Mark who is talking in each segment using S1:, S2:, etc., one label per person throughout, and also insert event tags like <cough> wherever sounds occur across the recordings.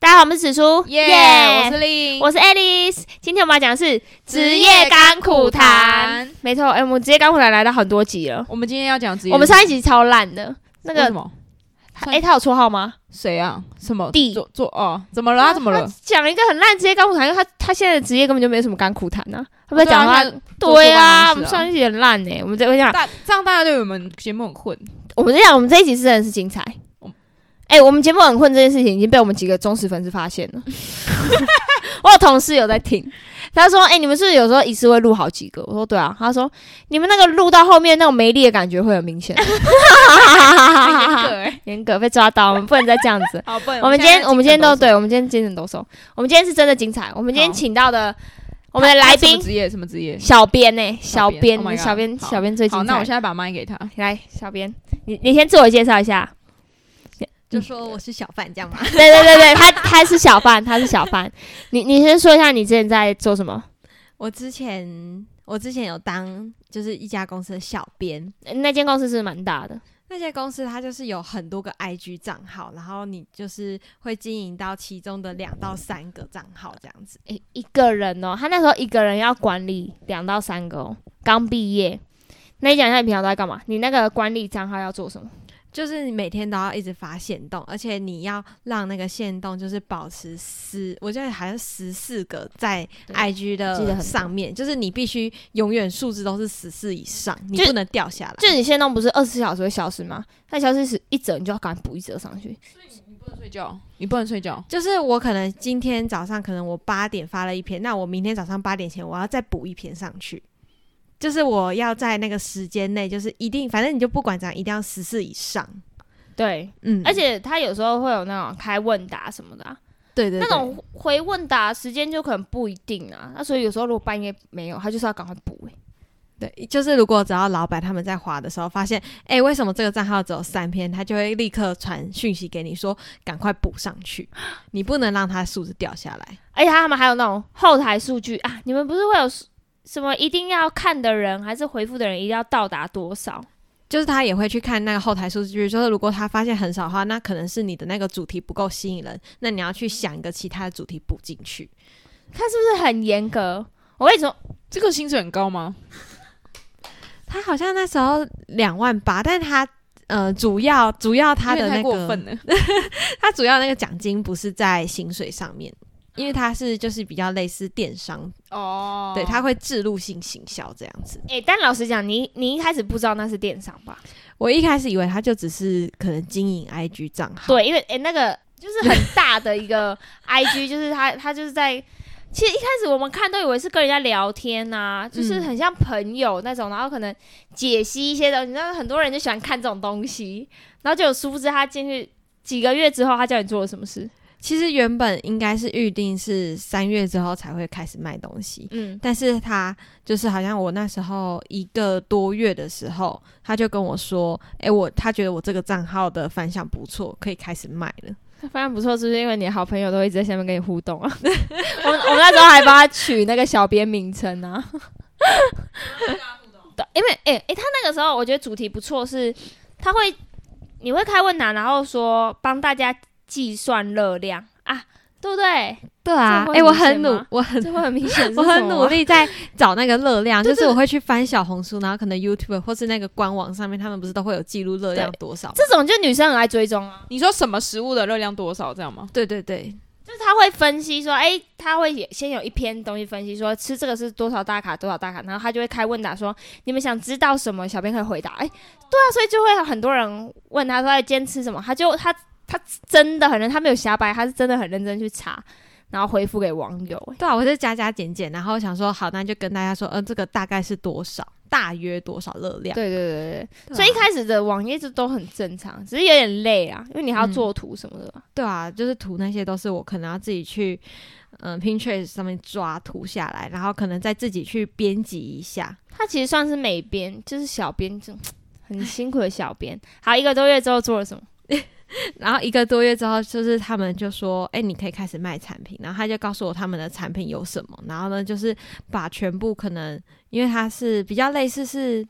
S1: 好，我们是紫苏，
S2: <laughs> 耶、我是丽，
S1: 我是 Alice。今天我们要讲的是
S2: 甘。。
S1: 没错，哎、我们职业甘苦谈来到很多集了，
S2: 我们今天要讲职业，
S1: 我们上一集超烂的，那
S2: 为
S1: 个
S2: 什，么
S1: 哎、他有绰号吗？
S2: 谁啊？什么
S1: 地啊
S2: 做做哦？怎么了？他怎么了？
S1: 讲了一个很烂的职业甘苦谈，因为他他现在的职业根本就没有什么甘苦谈呐、他不是
S2: 对啊
S1: 讲他
S2: 他做
S1: 对啊，
S2: 做
S1: 我
S2: 办公
S1: 们
S2: 室啊
S1: 上一集很烂哎、我们这我讲，
S2: 大这样大家对我们节目很混，
S1: 我们这讲，我们这一集是真的是精彩
S2: 我。
S1: 哎、我们节目很混这件事情已经被我们几个忠实粉丝发现了。 <laughs> 我有同事有在听，他说：“哎、你们是不是有时候一次会录好几个？”我说：“对啊。”他说：“你们那个录到后面那种没力的感觉会很明显。啊
S2: <laughs> 很 <laughs> 严格”哎，
S1: 严格被抓到，我们不能再这样
S2: <laughs>
S1: 子。
S2: 好笨。
S1: 我们今天我们今天都
S2: 对
S1: 对，我们今天精神抖擞，我们今天是真的精彩。我们今天
S2: 好
S1: 请到的我们的来宾
S2: 职业什么职业？
S1: 小编呢、小
S2: 小编
S1: 编
S2: Oh my，God，
S1: 小编，
S2: 好
S1: 小编最精
S2: 好，
S1: 彩。
S2: 那我现在把麦给他。
S1: 来，小编，你你先自我介绍一下。
S3: 就说我是小贩这
S1: <laughs>
S3: 样吗？
S1: 嗯对对对对，他他是小贩，他是小贩。你你先说一下你之前在做什么？
S3: <laughs> 我之前我之前有当就是一家公司的小编，
S1: 那间公司是蛮大的，
S3: 那家公司它就是有很多个 IG 账号，然后你就是会经营到其中的两到三个账号这样子。
S1: 诶一个人哦，他那时候一个人要管理两到三个哦，刚毕业。那你讲一下你平常都在干嘛？你那个管理账号要做什么？
S3: 就是你每天都要一直发限动，而且你要让那个限动就是保持十，我记得好像十四个在
S1: 对
S3: IG
S1: 记得很
S3: 的
S1: 多
S3: 上面，就是你必须永远数字都是十四以上，你
S1: 就
S3: 不能掉下来。
S1: 就你现在不是二十四小时会消失吗？那消失是一折，你就要赶快补一折上去。
S2: 不能睡觉，你不能睡觉。
S3: 就是我可能今天早上可能我八点发了一篇，那我明天早上八点前我要再补一篇上去，就是我要在那个时间内，就是一定，反正你就不管怎样，一定要十四以上。
S1: 对，
S3: 嗯，
S1: 而且他有时候会有那种开问答什么的啊、
S3: 对对对
S1: 那种回问答时间就可能不一定啊。那所以有时候如果半夜没有，他就是要赶快补、欸。
S3: 对，就是如果只要老板他们在划的时候发现，哎、为什么这个账号只有三篇，他就会立刻传讯息给你说，赶快补上去，你不能让它数字掉下来。
S1: 而且他们还有那种后台数据啊，你们不是会有 s- 什么一定要看的人，还是回复的人一定要到达多少？
S3: 就是他也会去看那个后台数据，就是如果他发现很少的话，那可能是你的那个主题不够吸引人，那你要去想一个其他的主题补进去。
S1: 他是不是很严格？我跟你说，
S2: 这个薪水很高吗？
S3: 他好像那时候两万八，但是他呃主要主要他
S2: 有
S3: 的
S2: 点太
S3: 那
S2: 过分
S3: 个
S2: 了。
S3: 他主要那个奖金不是在薪水上面，因为他是就是比较类似电商，
S2: 哦，
S3: 对，他会置入性行销这样子。
S1: 诶，但老实讲，你你一开始不知道那是电商吧？
S3: 我一开始以为他就只是可能经营 IG 账
S1: <laughs>
S3: 号，
S1: 对，因为诶，那个就是很大的一个 <laughs> IG，就是他他就是在。其实一开始我们看都以为是跟人家聊天呐、就是
S2: 嗯
S1: 很像朋友那种，然后可能解析一些的，你知道很多人就喜欢看这种东西，然后就有殊不知他进去几个月之后，他叫你做了什么事？
S3: 其实原本应该是预定是三月之后才会开始卖东西，
S1: 嗯，
S3: 但是他就是好像我那时候一个多月的时候，他就跟我说，诶，我他觉得我这个账号的反响不错，可以开始卖了。
S1: <laughs> 反正不错，就是因为你的好朋友都一直在下面跟你互动啊。 <laughs> 我们我们那时候还帮他取那个小编名称
S3: <laughs>
S1: 啊。对，因为诶诶、他那个时候我觉得主题不错，是他会你会开问答，然后说帮大家计算热量啊，对不对？
S3: 对
S1: 啊
S3: 诶，
S1: 诶
S3: 我
S1: 我很
S3: 很
S1: 努
S3: 努，我很
S1: 这会很明显是什
S3: 我
S1: 么啊，
S3: 很努 <laughs> 力在找那个热量，就是我会去翻小红书，然后可能 YouTube 或是那个官网上面，他们不是都会有记录热量多少吗？
S1: 这种就女生很爱追踪啊，
S2: 你说什么食物的热量多少这样吗？
S3: 对对对，
S1: 就是他会分析说，诶，他会也先有一篇东西分析说吃这个是多少大卡多少大卡，然后他就会开问答说你们想知道什么，小编可以回答。诶，对啊，所以就会有很多人问他说哎今天吃什么，他就他他真的很认，他没有瞎掰，他是真的很认真去查，然后回复给网友。诶
S3: 对啊，我就加加减减，然后想说好，那就跟大家说，嗯、这个大概是多少，大约多少热量。
S1: 对对对对
S3: 对啊
S1: 对，所以一开始的网页就都很正常，只是有点累啊，因为你还要
S3: 嗯
S1: 做图什么的吧。
S3: 对啊，就是图那些都是我可能要自己去，嗯、p i n t e r e s t 上面抓图下来，然后可能再自己去编辑一下。 <laughs>
S1: 他其实算是美编，就是小编，这种很辛苦的小编。好，一个多月之后做了什么？
S3: 然后一个多月之后，就是他们就说，哎、你可以开始卖产品。然后他就告诉我他们的产品有什么，然后呢，就是把全部可能，因为它是比较类似是。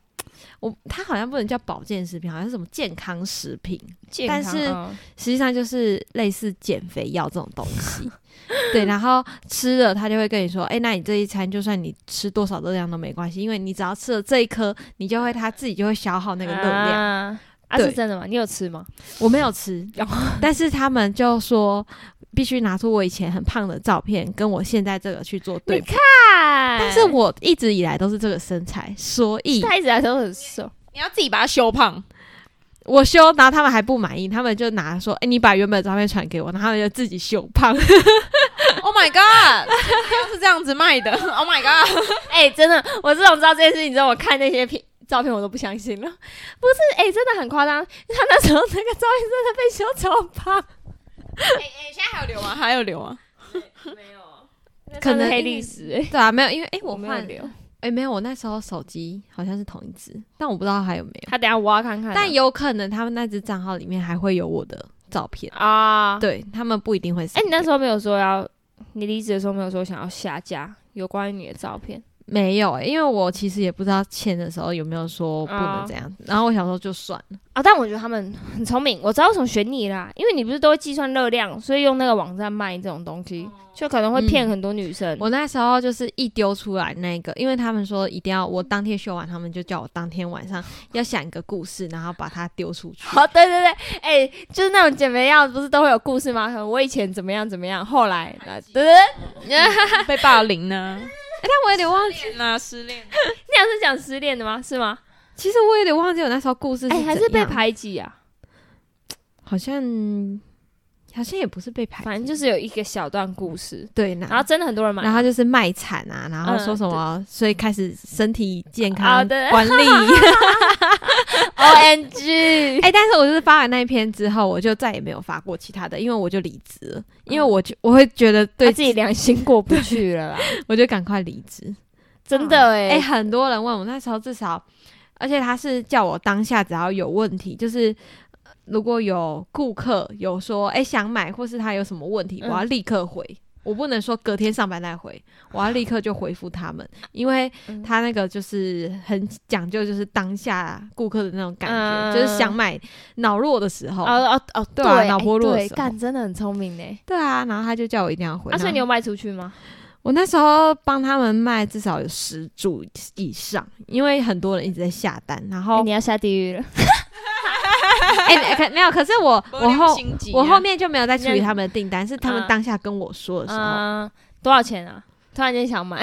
S3: 我它好像不能叫保健食品，好像是什么健康食品，
S1: 健
S3: 但
S1: 康
S3: 是
S1: 嗯
S3: 实际上就是类似减肥药这种东西。 <laughs> 对，然后吃了他就会跟你说，哎、那你这一餐就算你吃多少热量都没关系，因为你只要吃了这一颗，你就会它自己就会消耗那个热量。
S1: 啊啊，
S3: 对
S1: 是真的吗？你有吃吗？
S3: 我没有 <laughs> 吃，但是他们就说必须拿出我以前很胖的照片跟我现在这个去做对
S1: 你
S3: 比。
S1: 看，
S3: 但是我一直以来都是这个身材，所以
S1: 他一直来都很瘦，
S2: 你要自己把它修胖，
S3: 我修，然后他们还不满意，他们就拿说：“哎、你把原本的照片传给我。”然后他们就自己修胖。
S2: <laughs> Oh my god！要 <laughs> 是这样子卖的，Oh my god！
S1: <laughs> 哎、真的，我自从知道这件事情之后，我看那些片照片我都不相信了。不是，哎、真的很夸张，他那时候那个照片真的被修超胖，哎
S2: 现在还有留吗？还有留啊？
S1: 可能
S3: 因为
S1: 黑历史、哎，
S3: <laughs> 对啊，没有，因为哎、
S1: 我
S3: 我
S1: 没有
S3: 换
S1: 留，
S3: 哎、没有，我那时候手机好像是同一只，但我不知道还有没有。
S1: 他等一下挖看看啊、
S3: 但有可能他们那只账号里面还会有我的照片，
S1: 啊，
S3: 对他们不一定会删
S1: 哎、你
S3: 掉。
S1: 那时候没有说要，你离职的时候没有说想要下架有关于你的照片，
S3: 没有、因为我其实也不知道签的时候有没有说不
S1: 嗯
S3: 能这样子。然后我想说就算了，
S1: 啊，但我觉得他们很聪明，我知道为什么选你啦，因为你不是都会计算热量，所以用那个网站卖这种东西，就可能会骗
S3: 嗯
S1: 很多女生。
S3: 我那时候就是一丢出来那个，因为他们说一定要我当天秀完，他们就叫我当天晚上要想一个故事，然后把它丢出去。
S1: 好，对对对，哎、就是那种减肥药，不是都会有故事吗？可能我以前怎么样怎么样，后来，呃对对对，
S2: 被霸凌呢？
S3: 但我有点忘记，
S2: 天哪，失恋。
S1: 你俩是讲失恋的吗？是吗？
S3: 其实我有点忘记我那时候故事是
S1: 哎、
S3: 怎样、
S1: 还是被排挤啊？
S3: 好像好像也不是被排，
S1: 反正就是有一个小段故事，
S3: 对，然
S1: 然后真的很多人买，
S3: 啊然后就是卖惨啊，然后说什么，所以开始身体健康
S1: 嗯啊对 <laughs>
S3: 管理。
S1: O M G，
S3: <laughs> 哎、但是我就是发完那一篇之后，我就再也没有发过其他的，因为我就离职了，因为我就我会觉得对
S1: 对嗯自己，良心过不去了啦，
S3: 我就赶快离职。
S1: 真的哎、
S3: 哎、很多人问我那时候至少，而且他是叫我当下只要有问题，就是。呃如果有顾客有说，哎、想买，或是他有什么问题，我
S1: 嗯
S3: 要立刻回，我不能说隔天上班再回，我要立刻就回复他们，因为
S1: 嗯
S3: 他那个就是很讲究，就是当下顾客的那种感觉，
S1: 嗯
S3: 就是想买脑弱的时候，
S1: 哦哦哦，
S3: 对啊
S1: 哎
S3: 脑波弱的
S1: 对
S3: 时候
S1: 干真的很聪明呢。
S3: 对啊，然后他就叫我一定要回。
S1: 啊，所以你
S3: 然
S1: 有
S3: 后
S1: 卖出去吗？
S3: 我那时候帮他们卖至少有十组以上，因为很多人一直在下单。然
S1: 哎
S3: 后
S1: 你要下地狱了，
S3: <laughs> 哎、可没有，可是我我后
S2: 啊
S3: 我后面就没有再处理他们的订单，是他们
S1: 啊嗯
S3: 当下跟我说的时候，
S1: 嗯，多少钱啊？突然间想买，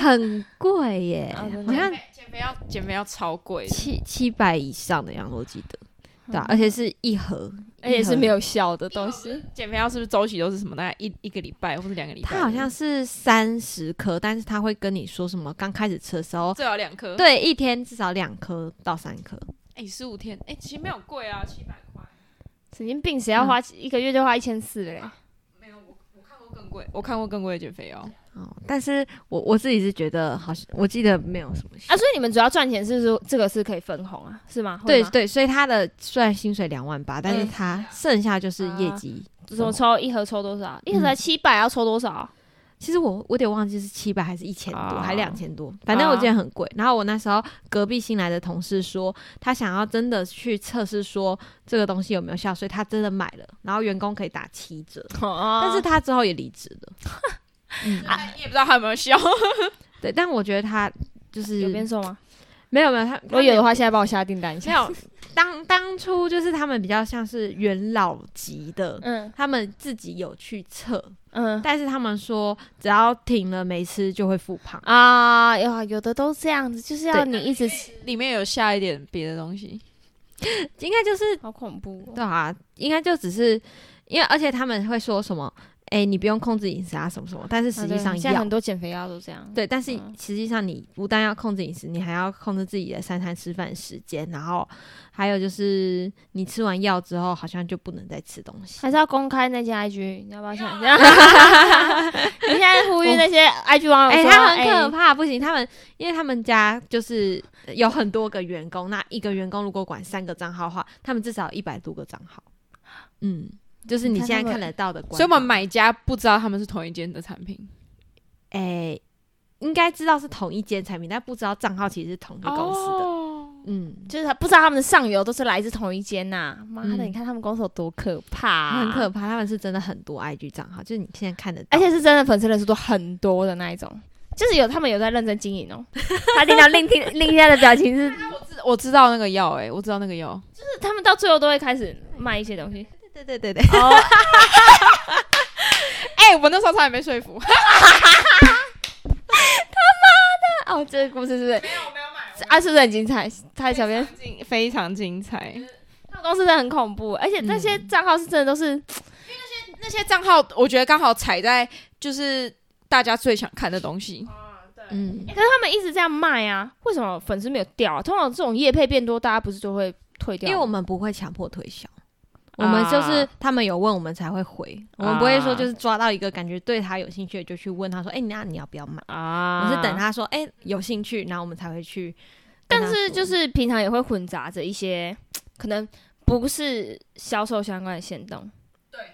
S3: 很贵耶，
S1: 啊真的
S3: 好像
S2: 减肥要减肥要超贵，
S3: 七七百以上的样子，我记得。对、啊
S1: 嗯，
S3: 而且是一盒，
S1: 而且是没
S3: 有。
S1: 有效的东西。
S2: 减肥药是不是周期都是什么？大概一一个礼拜或者两个礼拜？
S3: 它好像是三十颗，但是他会跟你说什么？刚开始吃的时候，
S2: 最好两颗。，
S3: 对，一天至少两颗到三颗。
S2: 哎，十五天，哎，其实没有贵啊，七百块。
S1: 神经病，谁要花一个月就花一千四嘞？
S2: 更贵，我看过更贵的减肥药，
S3: 哦，但是我我自己是觉得好像我记得没有什么效。
S1: 啊，所以你们主要赚钱是说这个是可以分红啊，是吗？
S3: 对
S1: 会吗，
S3: 对，所以他的虽然薪水两万八，但是
S1: 嗯
S3: 他剩下就是业
S1: 啊
S3: 绩。
S1: 怎么抽一盒抽多少？一盒才七百，要抽多少啊？
S3: 其实我我有点忘记是七百还是一千多，
S1: 啊
S3: 还两千多，反正我记得很贵。然后我那时候隔壁新来的同事说，他想要真的去测试说这个东西有没有效，所以他真的买了，然后员工可以打七折。但
S1: 但
S3: 是他之后也离职了。嗯，
S2: 你也不知道它有没有效。
S3: 对，但我觉得他就是
S1: <laughs> 有变瘦吗？
S3: 没有没有他，
S1: 如果
S3: 他
S1: 有的话，现在帮我下订单一
S3: 没
S1: 下。
S3: 有，当当初就是他们比较像是元老级的，
S1: <laughs> 嗯
S3: 他们自己有去测，
S1: 嗯
S3: 但是他们说只要停了没吃就会复胖。
S1: 啊，有啊有的都这样子，就是要
S3: 对
S1: 你一直吃，
S2: <laughs> 里面有下一点别的东西，
S3: 应该就是
S1: 好恐怖哦。
S3: 对啊，应该就只是因为，而且他们会说什么？哎、你不用控制饮食啊，什么什么，但是实际
S1: 啊
S3: 上
S1: 对现在
S3: 要、
S1: 很多减肥药都这样。
S3: 对，但是
S1: 嗯
S3: 实际上你不但要控制饮食，你还要控制自己的三餐吃饭时间，然后还有就是你吃完药之后，好像就不能再吃东西。
S1: 还是要公开那些 IG，你要不要想一 <laughs> 下？你现在呼吁那些 IG 网友
S3: 哎、
S1: 说，
S3: 他很可
S1: 哦哎
S3: 怕，不行，他们因为他们家就是有很多个员工，那一个员工如果管三个账号的话，他们至少一百多个账号。嗯，就是你
S1: 你看
S3: 现在
S1: 他们
S3: 看得到的官方，
S2: 所以我们买家不知道他们是同一间的产品。哦
S1: 哦
S3: 哎、应该知道是同一间产品，但不知道账号其实是同一个公司的。嗯，
S1: 就是他不知道他们的上游都是来自同一间呐、妈的，
S3: 嗯
S1: 你看他们公司有多可怕、啊，
S3: 很可怕，他们是真的很多 IG 账号，就是你现在看得到，
S1: 而且是真的粉丝人数都很多的那一种，就是有他们有在认真经营哦。 <laughs> 他听到另听另一下的表情是，就
S2: 我知我知道那个药，哎，我知道那个药，
S1: 是 <laughs> 他们到最后都会开始卖一些东西。
S3: 对对对对，
S1: 哦，
S2: 哎，我那时候差点被说服。
S1: <laughs> 哦，这个故事是不是？啊，是不是很精彩？他的
S2: 哎
S1: 小编，
S2: 精非常精彩。
S1: 他们公司真的很恐怖，而且那些账号是真的都是，
S2: 那些账号，我觉得刚好踩在就是大家最想看的东西。
S3: 嗯
S1: 可，是他们一直这样卖啊，为什么粉丝没有掉啊？通常这种业配变多，大家不是就会退掉啊
S3: 因
S1: 吗？
S3: 为我们不会强迫推销。我们就是他们有问我们才会回，
S1: 啊
S3: 我们不会说就是抓到一个感觉对他有兴趣的就去问他说，哎、那你要不要买？我
S1: 啊，
S3: 们是等。他说，哎、有兴趣，然后我们才会去
S1: 但
S3: 跟他说。
S1: 是就是平常也会混杂着一些可能不是销售相关的行动，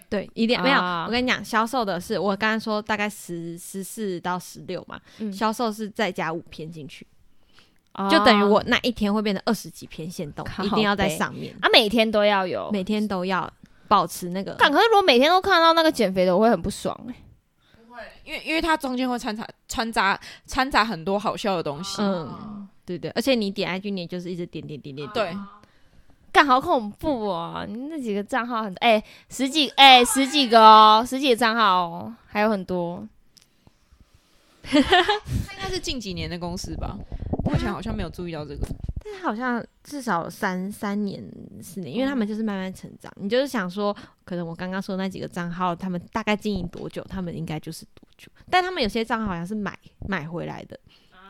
S3: 对，一定没有。
S1: 啊
S3: 我跟你讲，销售的是我刚刚说大概十十四到十六嘛，
S1: 嗯
S3: 销售是再加五篇进去，就
S1: 啊
S2: 哦
S3: 等于我那一天会变成二十几篇限动
S1: 靠，
S3: 一定要在
S1: 北
S3: 上面，
S1: 啊，每天都要有。
S3: 每天都要保持那个。
S1: 干，可是如果每天都看到那个减肥的，我会很不爽哎、
S2: 因为因为它中间会掺杂掺杂掺杂很多好笑的东西，
S3: 嗯，对对，而且你点 IG 你就是一直点点点点点，
S2: 对，
S1: 干好恐怖哦！你那几个账号很哎、十几哎、十几个哦，十几个账号哦，还有很多。
S2: 它应该是近几年的公司吧，目前好像没有注意到这个。
S3: 但是好像至少三三年四年，因
S2: 嗯
S3: 为他们就是慢慢成长。你就是想说，可能我刚刚说那几个账号，他们大概经营多久，他们应该就是多久。但他们有些账号好像是买买回来的，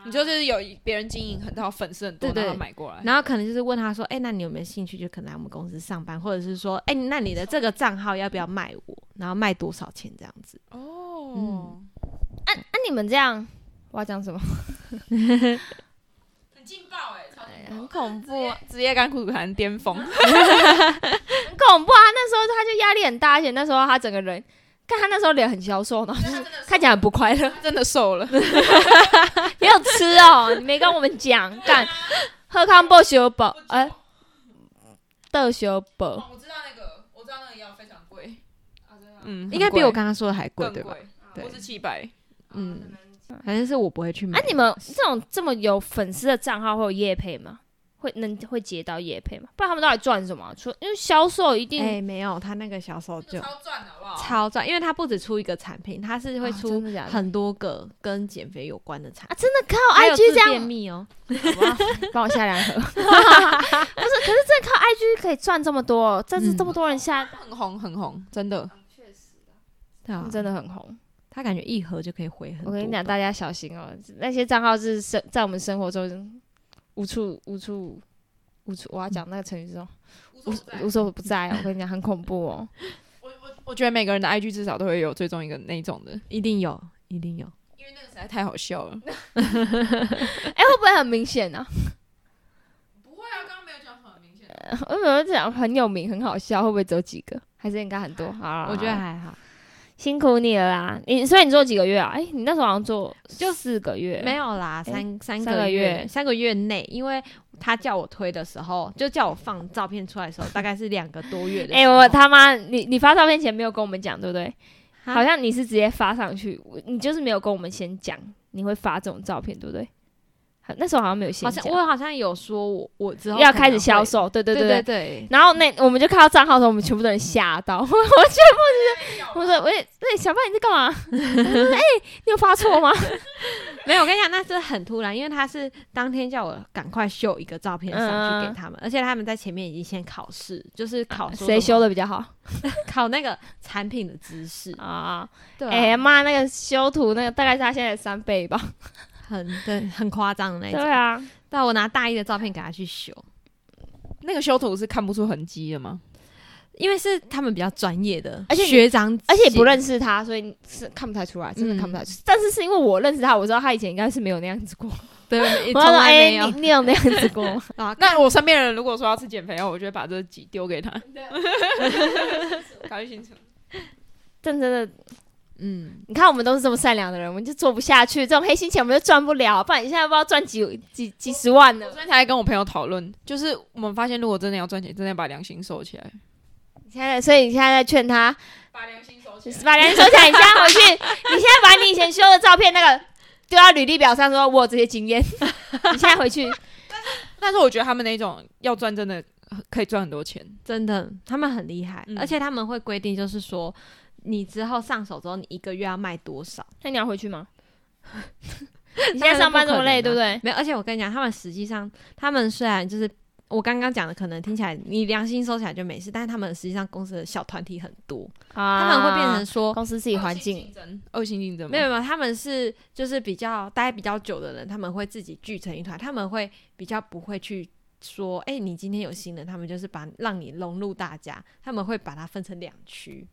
S2: 你说就是有别人经营很好，粉丝很多，
S3: 对对
S2: 然后买过来，
S3: 然后可能就是问他说：“哎、那你有没有兴趣？就可能来我们公司上班，或者是说，哎、那你的这个账号要不要卖我？然后卖多少钱这样子？
S2: 哦，
S3: 嗯
S1: 啊啊！你们这样，我要讲什么？
S2: 很劲爆哎，超
S1: 很恐怖，
S3: 啊
S2: <laughs> 职业干苦谈巅 <laughs> 峰，
S1: 很恐怖啊！那时候他就压力很大，而且那时候他整个人，看他那时候脸很消瘦，然后就是看起来很不快乐。 <laughs>
S2: 真的瘦了，
S1: 没有吃哦，你没跟我们讲，干喝康波修 <laughs> 宝，哎，豆修
S3: 嗯
S1: 宝，
S2: 我知道那个，我知道那个药非常贵，嗯，
S3: 应该比我
S2: 更
S3: 刚刚说的还贵，对吧？
S2: 贵，
S3: 对
S2: 我啊是七百，
S3: 嗯，反正是我不会去买。
S1: 啊，你们这种这么有粉丝的账号会有业配吗？会能会接到业配吗？不然他们到底赚什么啊？除因为销售一定、
S3: 哎、没有，他那个小手就
S2: 超赚的好不好？
S3: 超赚，因为他不止出一个产品，他是会
S1: 啊
S3: 出
S1: 真的假的
S3: 很多个跟减肥有关的产
S1: 啊，
S3: 品。
S1: 真的靠
S3: 还有
S1: IG 这
S3: 治便
S1: 样，
S3: 秘哦，
S1: 帮我下两盒。不 <laughs> 是，可是真的靠 IG 可以赚这么多，但是这么多人下，
S2: 很红很红，真的。
S3: 对啊，
S1: 真的很红。
S3: 他感觉一盒就可以回很
S1: 我
S3: 多。
S1: 跟你讲，大家小心哦，那些账号是生在我们生活中无处无处无处，我要讲那个成语是什么？无无所不在哦。我跟你讲，很恐怖哦。
S2: 我觉得每个人的 IG 至少都会有追踪一个那一种的，
S3: 一定有，一定有。
S2: 因为那个实在太好笑了。
S1: 哎、会不会很明显啊呢、
S2: 不会啊，刚刚没有讲很明显。
S1: <laughs> 啊？我怎么讲很有名，很好笑，会不会只有几个？还是应该很多？好啦，
S3: 我觉得
S1: 好啦
S3: 还好，
S1: 辛苦你了啦。你所以你做几个月啊？哎、你那时候好像做就四个月，
S3: 没有啦，三三
S1: 三
S3: 个
S1: 个
S3: 月
S1: 月，
S3: 三个月内，因为他叫我推的时候，就叫我放照片出来的时候，大概是两个多月的时
S1: 哎、
S3: 候。
S1: 我他妈，你你发照片前没有跟我们讲，对不对？
S3: 哈
S1: 好像你是直接发上去，我你就是没有跟我们先讲你会发这种照片，对不对？好那时候好像没有先
S3: 好
S1: 讲
S3: 像，我好像有说我我之后
S1: 要
S3: 可能
S1: 开始销
S3: 会，
S1: 售，对对
S3: 对
S1: 对对。
S3: 对对，
S1: 然后那我们就看到账号的时候，我们全部的人吓到， <laughs> 我全部是我说喂，那小范你在干 <laughs> 嘛？我说哎、你有发错吗？
S3: 没有，我跟你讲，那是很突然，因为他是当天叫我赶快秀一个照片
S1: 嗯
S3: 上去给他们，而且他们在前面已经先考试，就是考说
S1: 啊谁
S3: 什么
S1: 修的比较好
S3: 考那个产品的知识，
S1: 啊？
S3: 对啊、
S1: 哎妈，那个修图那个大概是他现在的三倍吧？
S3: 很对，很夸张的那一
S1: 对
S3: 种。
S1: 啊，
S3: 但我拿大一的照片给他去修，
S2: 那个修图是看不出痕迹的吗？
S3: 因为是他们比较专业的，
S1: 而且你
S3: 学长，
S1: 而且也不认识他，所以是看不太出来，真的看不太出来。嗯但是是因为我认识他，我知道他以前应该是没有那样子过。
S3: 对，
S1: 我
S3: 从
S1: 要说，
S3: 来
S1: 哎、
S3: 没有
S1: 你你有那样子过 <laughs> 吗？
S3: 啊。
S2: 那我身边的人如果说要吃减肥药，我就会把这集丢给他，搞清楚。
S1: 但真的，
S2: 嗯，
S1: 你看我们都是这么善良的人，我们就做不下去，这种黑心钱我们就赚不了，不然你现在不知道赚几几几十万呢
S2: 我。昨天才跟我朋友讨论，就是我们发现，如果真的要赚钱，真的要把良心收起来。
S1: 你现在，所以你现在在劝他
S2: 把良心收起
S1: 把人收起来，你现在回去，你现在把你以前修的照片那个丢到履历表上，说我有这些 <laughs> 经验。你现在回去，
S2: 但是我觉得他们那种要赚，真的可以赚很多钱。
S3: 真的，他们很厉害，
S2: 嗯
S3: 而且他们会规定，就是说你之后上手之后，你一个月要卖多少。
S1: 那你要回去吗？你现在上班这么累，对
S3: 当
S1: 不啊对？
S3: 没有，而且我跟你讲，他们实际上，他们虽然就是我刚刚讲的，可能听起来你良心收起来就没事，但是他们实际上公司的小团体很多，他
S1: 他
S3: 们会变成说。
S1: 啊公司自己环境，
S2: 竞争，恶性竞争吗
S3: 没有没有，他们是就是比较待比较久的人，他们会自己聚成一团，他们会比较不会去说，哎、你今天有新人，他们就是把让你融入大家，他们会把它分成两区。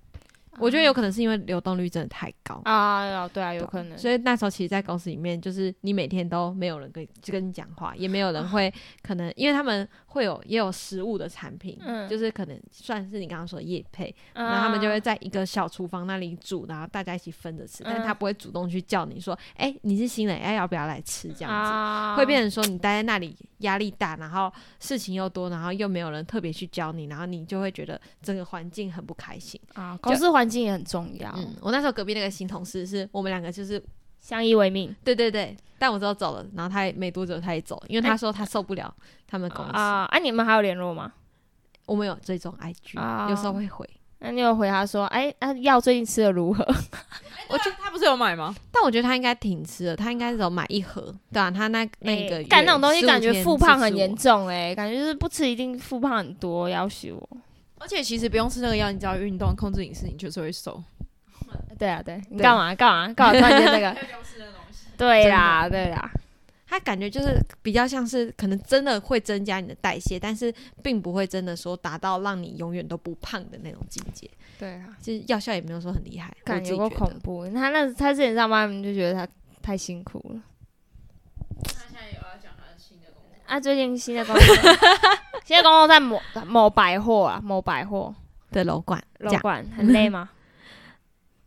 S3: 我觉得有可能是因为流动率真的太高，
S1: 啊，对啊，有可能。
S3: 所以那时候其实，在公司里面，就是你每天都没有人跟就跟你讲话，也没有
S1: 啊
S3: 人会可能，因为他们会有也有食物的产品，
S1: 嗯
S3: 就是可能算是你刚刚说的业配，
S1: 嗯
S3: 然后他们就会在一个小厨房那里煮，然后大家一起分着吃，但
S1: 嗯
S3: 他不会主动去叫你说，哎、你是新人，哎、要不要来吃这样子。
S1: 啊
S3: 会变成说你待在那里压力大，然后事情又多，然后又没有人特别去教你，然后你就会觉得整个环境很不开心。
S1: 啊，公司环境也很重要，
S3: 嗯，我那时候隔壁那个新同事是我们两个就是
S1: 相依为命
S3: 对对对，但我知道走了，然后他也没多久他也走了，因为他说他受不了他们公司。
S1: 哎啊。啊，你们还有联络吗？
S3: 我们有追踪 IG，、
S1: 啊
S3: 有时候会回，
S1: 那你有回他说，哎，那药最近吃的如何？
S2: 我觉得他不是有买吗？
S3: 但我觉得他应该挺吃的，他应该只有买一盒，对啊，他那 <laughs> 那个
S1: 哎
S3: 月
S1: 干那种东西，
S3: 15
S1: 感觉
S3: 天
S1: 复胖
S3: 吃哦
S1: 很严
S3: 15
S1: 重哎、感觉就是不吃一定复胖很多，要死我。
S2: 而且其实不用吃那个药，你只要运动、控制饮食，你就是会瘦。
S1: 对啊，对，你
S3: 对
S1: 干嘛干嘛干嘛？突然间
S3: <laughs>
S1: 那个，对啦对啊啦，
S3: 他感觉就是比较像是可能真的会增加你的代谢，但是并不会真的说达到让你永远都不胖的那种境界。
S1: 对啊，
S3: 就是药效也没有说很厉害，我
S1: 感
S3: 自
S1: 觉
S3: 己
S1: 够
S3: 觉
S1: 恐
S3: 得。
S1: 怖。他那他之前上班，我们就觉得他太辛苦了。啊，最近新的工作， <laughs> 新的工作在某某百货啊，某百货
S3: 的楼管这
S1: 楼
S3: 样，
S1: 管很累吗？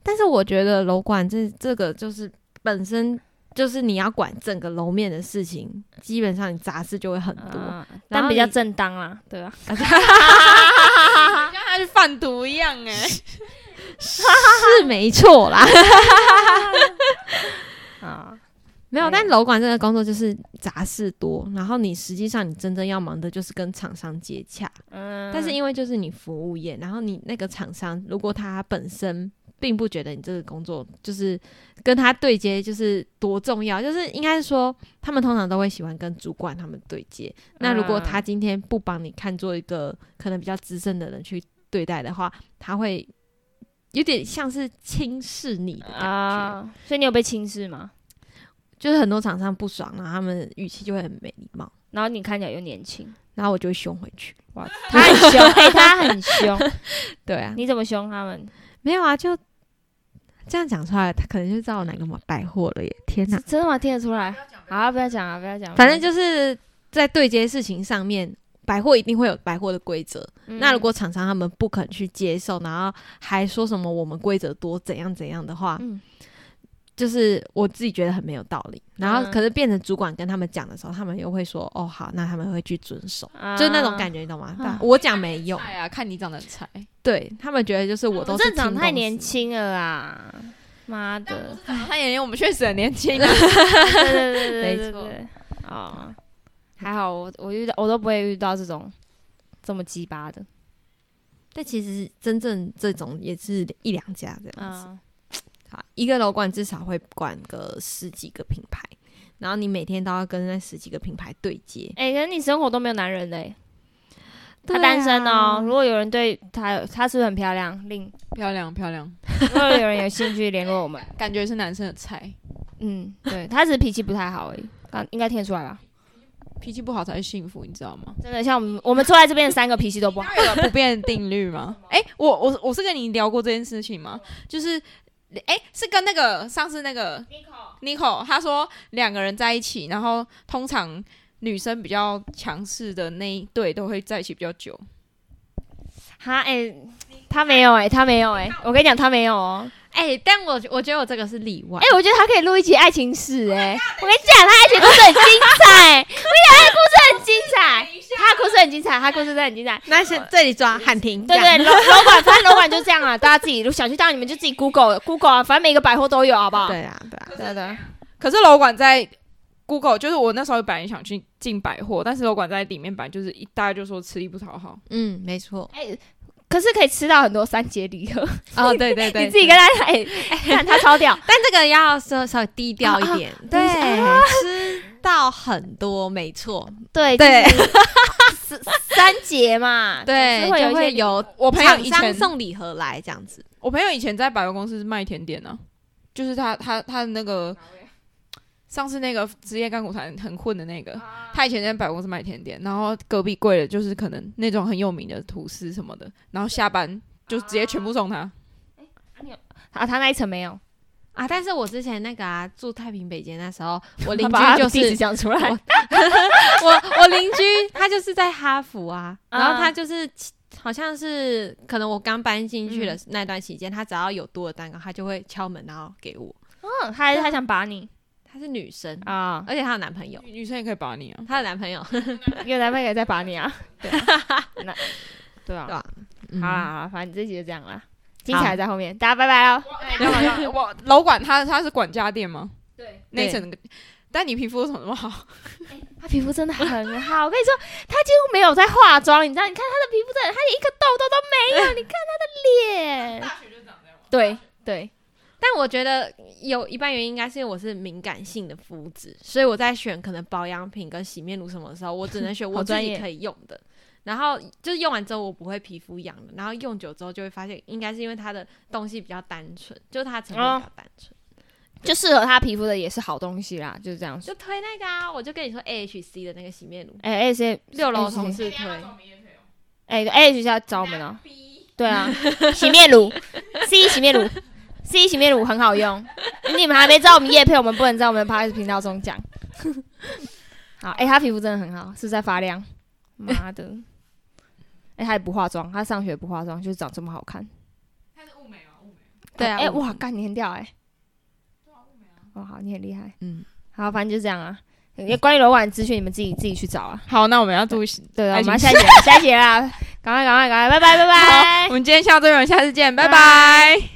S3: 但是我觉得楼管这这个就是本身就是你要管整个楼面的事情，基本上你杂事就会很多。
S1: 啊
S3: 嗯然
S1: 但
S3: 后
S1: 比较
S3: 你啊
S1: 正当啦，对吧？
S2: 像他去贩毒一样哎、
S3: <laughs> 是没错啦，
S1: 啊，
S3: 没有。
S1: 对
S3: 但楼管这个工作就是杂事多，然后你实际上你真正要忙的就是跟厂商接洽，
S1: 嗯，
S3: 但是因为就是你服务业，然后你那个厂商如果他本身。并不觉得你这个工作就是跟他对接就是多重要，就是应该是说他们通常都会喜欢跟主管他们对接。那如果他今天不帮你看作一个可能比较资深的人去对待的话，他会有点像是轻视你的感觉，
S1: 啊，所以你有被轻视吗？
S3: 就是很多厂商不爽，然后他们语气就会很没礼貌，
S1: 然后你看起来又年轻，
S3: <laughs> 然后我就会凶回去。
S1: 哇，他很凶，哎、他很
S3: <laughs>
S1: 凶，
S3: 对啊，
S1: 你怎么凶他们？
S3: 没有啊，就这样讲出来，他可能就知道我哪个百货了耶！天哪，
S1: 真的吗？听得出来？好、啊，不要讲啊，不要讲，
S3: 反正就是在对接事情上面。百货一定会有百货的规则，
S1: 嗯
S3: 那如果厂商他们不肯去接受，然后还说什么我们规则多怎样怎样的话，
S1: 嗯
S3: 就是我自己觉得很没有道理。然后
S1: 嗯
S3: 可是变成主管跟他们讲的时候，他们又会说：“哦，好，那他们会去遵守。”
S1: 啊
S3: 就是那种感觉，你懂吗？
S1: 啊
S3: 我讲没
S1: <laughs>
S3: 用，
S2: 菜啊，看你长得很菜，
S3: 对他们觉得就是我都
S1: 我
S3: 是
S1: 这长
S3: 听
S1: 太
S3: 公司
S1: 年轻了啊！妈的，
S2: 他演员我们确实很年轻、
S1: <laughs>
S2: 啊。
S1: 对对对对
S3: 没
S1: 对
S3: 错
S1: 对，哦，还好我我遇到我都不会遇到这种这么鸡巴的
S3: 但其实真正这种也是一两家这样子，
S1: 啊，
S3: 好一个楼管至少会管个十几个品牌，然后你每天都要跟那十几个品牌对接。
S1: 哎、可是你生活都没有男人嘞、
S3: 对
S1: 他
S3: 啊
S1: 单身哦。如果有人对他有，他是不是很漂亮？另
S2: 漂亮漂亮，
S1: 如果有人有兴趣联络我们， <laughs>
S2: 感觉是男生的菜，
S1: 嗯，对，他只是脾气不太好而已，刚应该听得出来吧？
S2: 脾气不好才是幸福，你知道吗？
S1: 真的，像我们我们坐在这边的三个脾气都 <laughs> 不好，
S2: 有 <laughs> 不变的定律吗？哎、我我我是跟你聊过这件事情吗？就是，哎、是跟那个上次那个 Nico，他说两个人在一起，然后通常女生比较强势的那一对都会在一起比较久。
S1: 哈，哎、他没有哎、他没有哎、我跟你讲，他没有哦，
S2: 哎、但我我觉得我这个是例外
S1: 哎、。我觉得他可以录一集爱情史 <laughs> 哎、我跟你讲，他爱情故事很精 <laughs> 彩，我跟你讲，他的故事很精彩，他的故事很精彩，他的故事真的很精彩。
S3: 那先这里抓喊停，
S1: 对
S3: 这样
S1: 对，楼楼管，反正楼管就这样啊，大家自己如果想去当，你们就自己 Google Google 啊，反正每个百货都有，好不好？
S3: 对啊对啊，
S1: 对对，
S2: 可是楼管在 Google，就是我那时候本来想去进百货，但是楼管在里面本来就是一大家就说吃力不讨好。
S3: 嗯，没错，
S1: 哎、可是可以吃到很多三节礼盒，
S3: 哦对 <laughs> 对
S1: <laughs>
S3: 对，
S1: 你自己跟他哎哎，看他超
S3: <laughs>
S1: 屌，
S3: 但这个要稍稍微低调一点，对，吃到很多，没错，
S1: 对
S3: 对，
S1: 就是三三节嘛，
S3: <laughs> 对，
S1: 总是会有一
S3: 就
S1: 些
S3: 会有
S2: 我朋友
S3: 厂
S2: 以
S3: 商
S2: 前，
S3: 送礼盒来这样子，
S2: 我朋友以前在百货公司是卖甜点呢、就是他他他的那个。上次那个职业干股团很混的那个，
S3: 啊
S2: 他以前在百货公司卖甜点，然后隔壁柜的就是可能那种很有名的吐司什么的，然后下班就直接全部送他。
S1: 啊，他那一层没有，
S3: 啊，但是我之前那个啊，住太平北街那时候，我
S1: 他
S3: 邻居
S1: 把他
S3: 就
S1: 地址
S3: 是
S1: 讲出来
S3: 我，我我邻居他就是在哈
S1: <laughs>
S3: 佛啊，
S1: 啊
S3: 然后他就是好像是可能我刚搬进去
S1: 嗯
S3: 的那段期间，他只要有多的蛋糕，他就会敲门然后给我。
S1: <laughs> 嗯，他
S3: 啊
S1: 他想把你
S3: 她是女生，
S1: 啊，
S3: 而且她有男朋友，
S2: 女女生也可以把你啊，
S3: 她的男朋友 <laughs>
S1: 你有男朋友也在把你啊，对啊， <laughs> 那对啊
S3: 对，吧？
S1: 好啦好啦，反正这集就这样啦，精彩在后面，大家拜哦拜喽。
S2: 我楼管他他是管家店吗？
S1: 对，
S2: 那层，但你皮肤为什么那么好？
S1: 她皮肤真的很好，我跟你说，她几乎没有在化妆，你知道？你看她的皮肤真的，她一个痘痘都没
S3: <laughs>
S1: 有，你看她的脸。大学就长这样。对对，
S3: 但我觉得有一半原因应该是因为我是敏感性的肤质，所以我在选可能保养品跟洗面乳什么的时候，我只能选
S1: <laughs> 好
S3: 我自
S1: 专
S3: 己
S1: 业
S3: 可以用的。然后就是用完之后我不会皮肤痒的，然后用久之后就会发现，应该是因为它的东西比较单纯，就是它的成
S1: 哦
S3: 分比较单纯。
S1: 就适合她皮肤的也是好东西啦，就是这样说。
S3: 就推那个啊，我就跟你说 AHC 的那个洗面乳，
S1: 哎哎，谁
S3: 六楼同事推，
S1: 哎哎，学校找我们哦。对啊，洗面
S3: <laughs>
S1: 乳，C 洗面乳，C 洗面乳很好用。你们还没知道我们叶配，我们不能在我们的 p o d 频道中讲。 <laughs> 好，哎、她皮肤真的很好，是不是在发亮。妈的，哎、她也不化妆，她上学不化妆，就是长这么好看。
S3: 对啊，
S1: 哎、
S3: 我
S1: 哇，干你很屌哎、哦，好，你很厉害。
S2: 嗯，
S1: 好，反正就这样啊。也关于楼管的资讯，你们自己自己去找啊。
S2: 好，那我们要注意。
S1: 对，啊我
S2: 爱
S1: 们
S2: 情
S1: 要下节了，下节啦，赶快赶快赶快，拜拜拜拜
S2: 好，我。们今天下周有人，下次见，拜拜。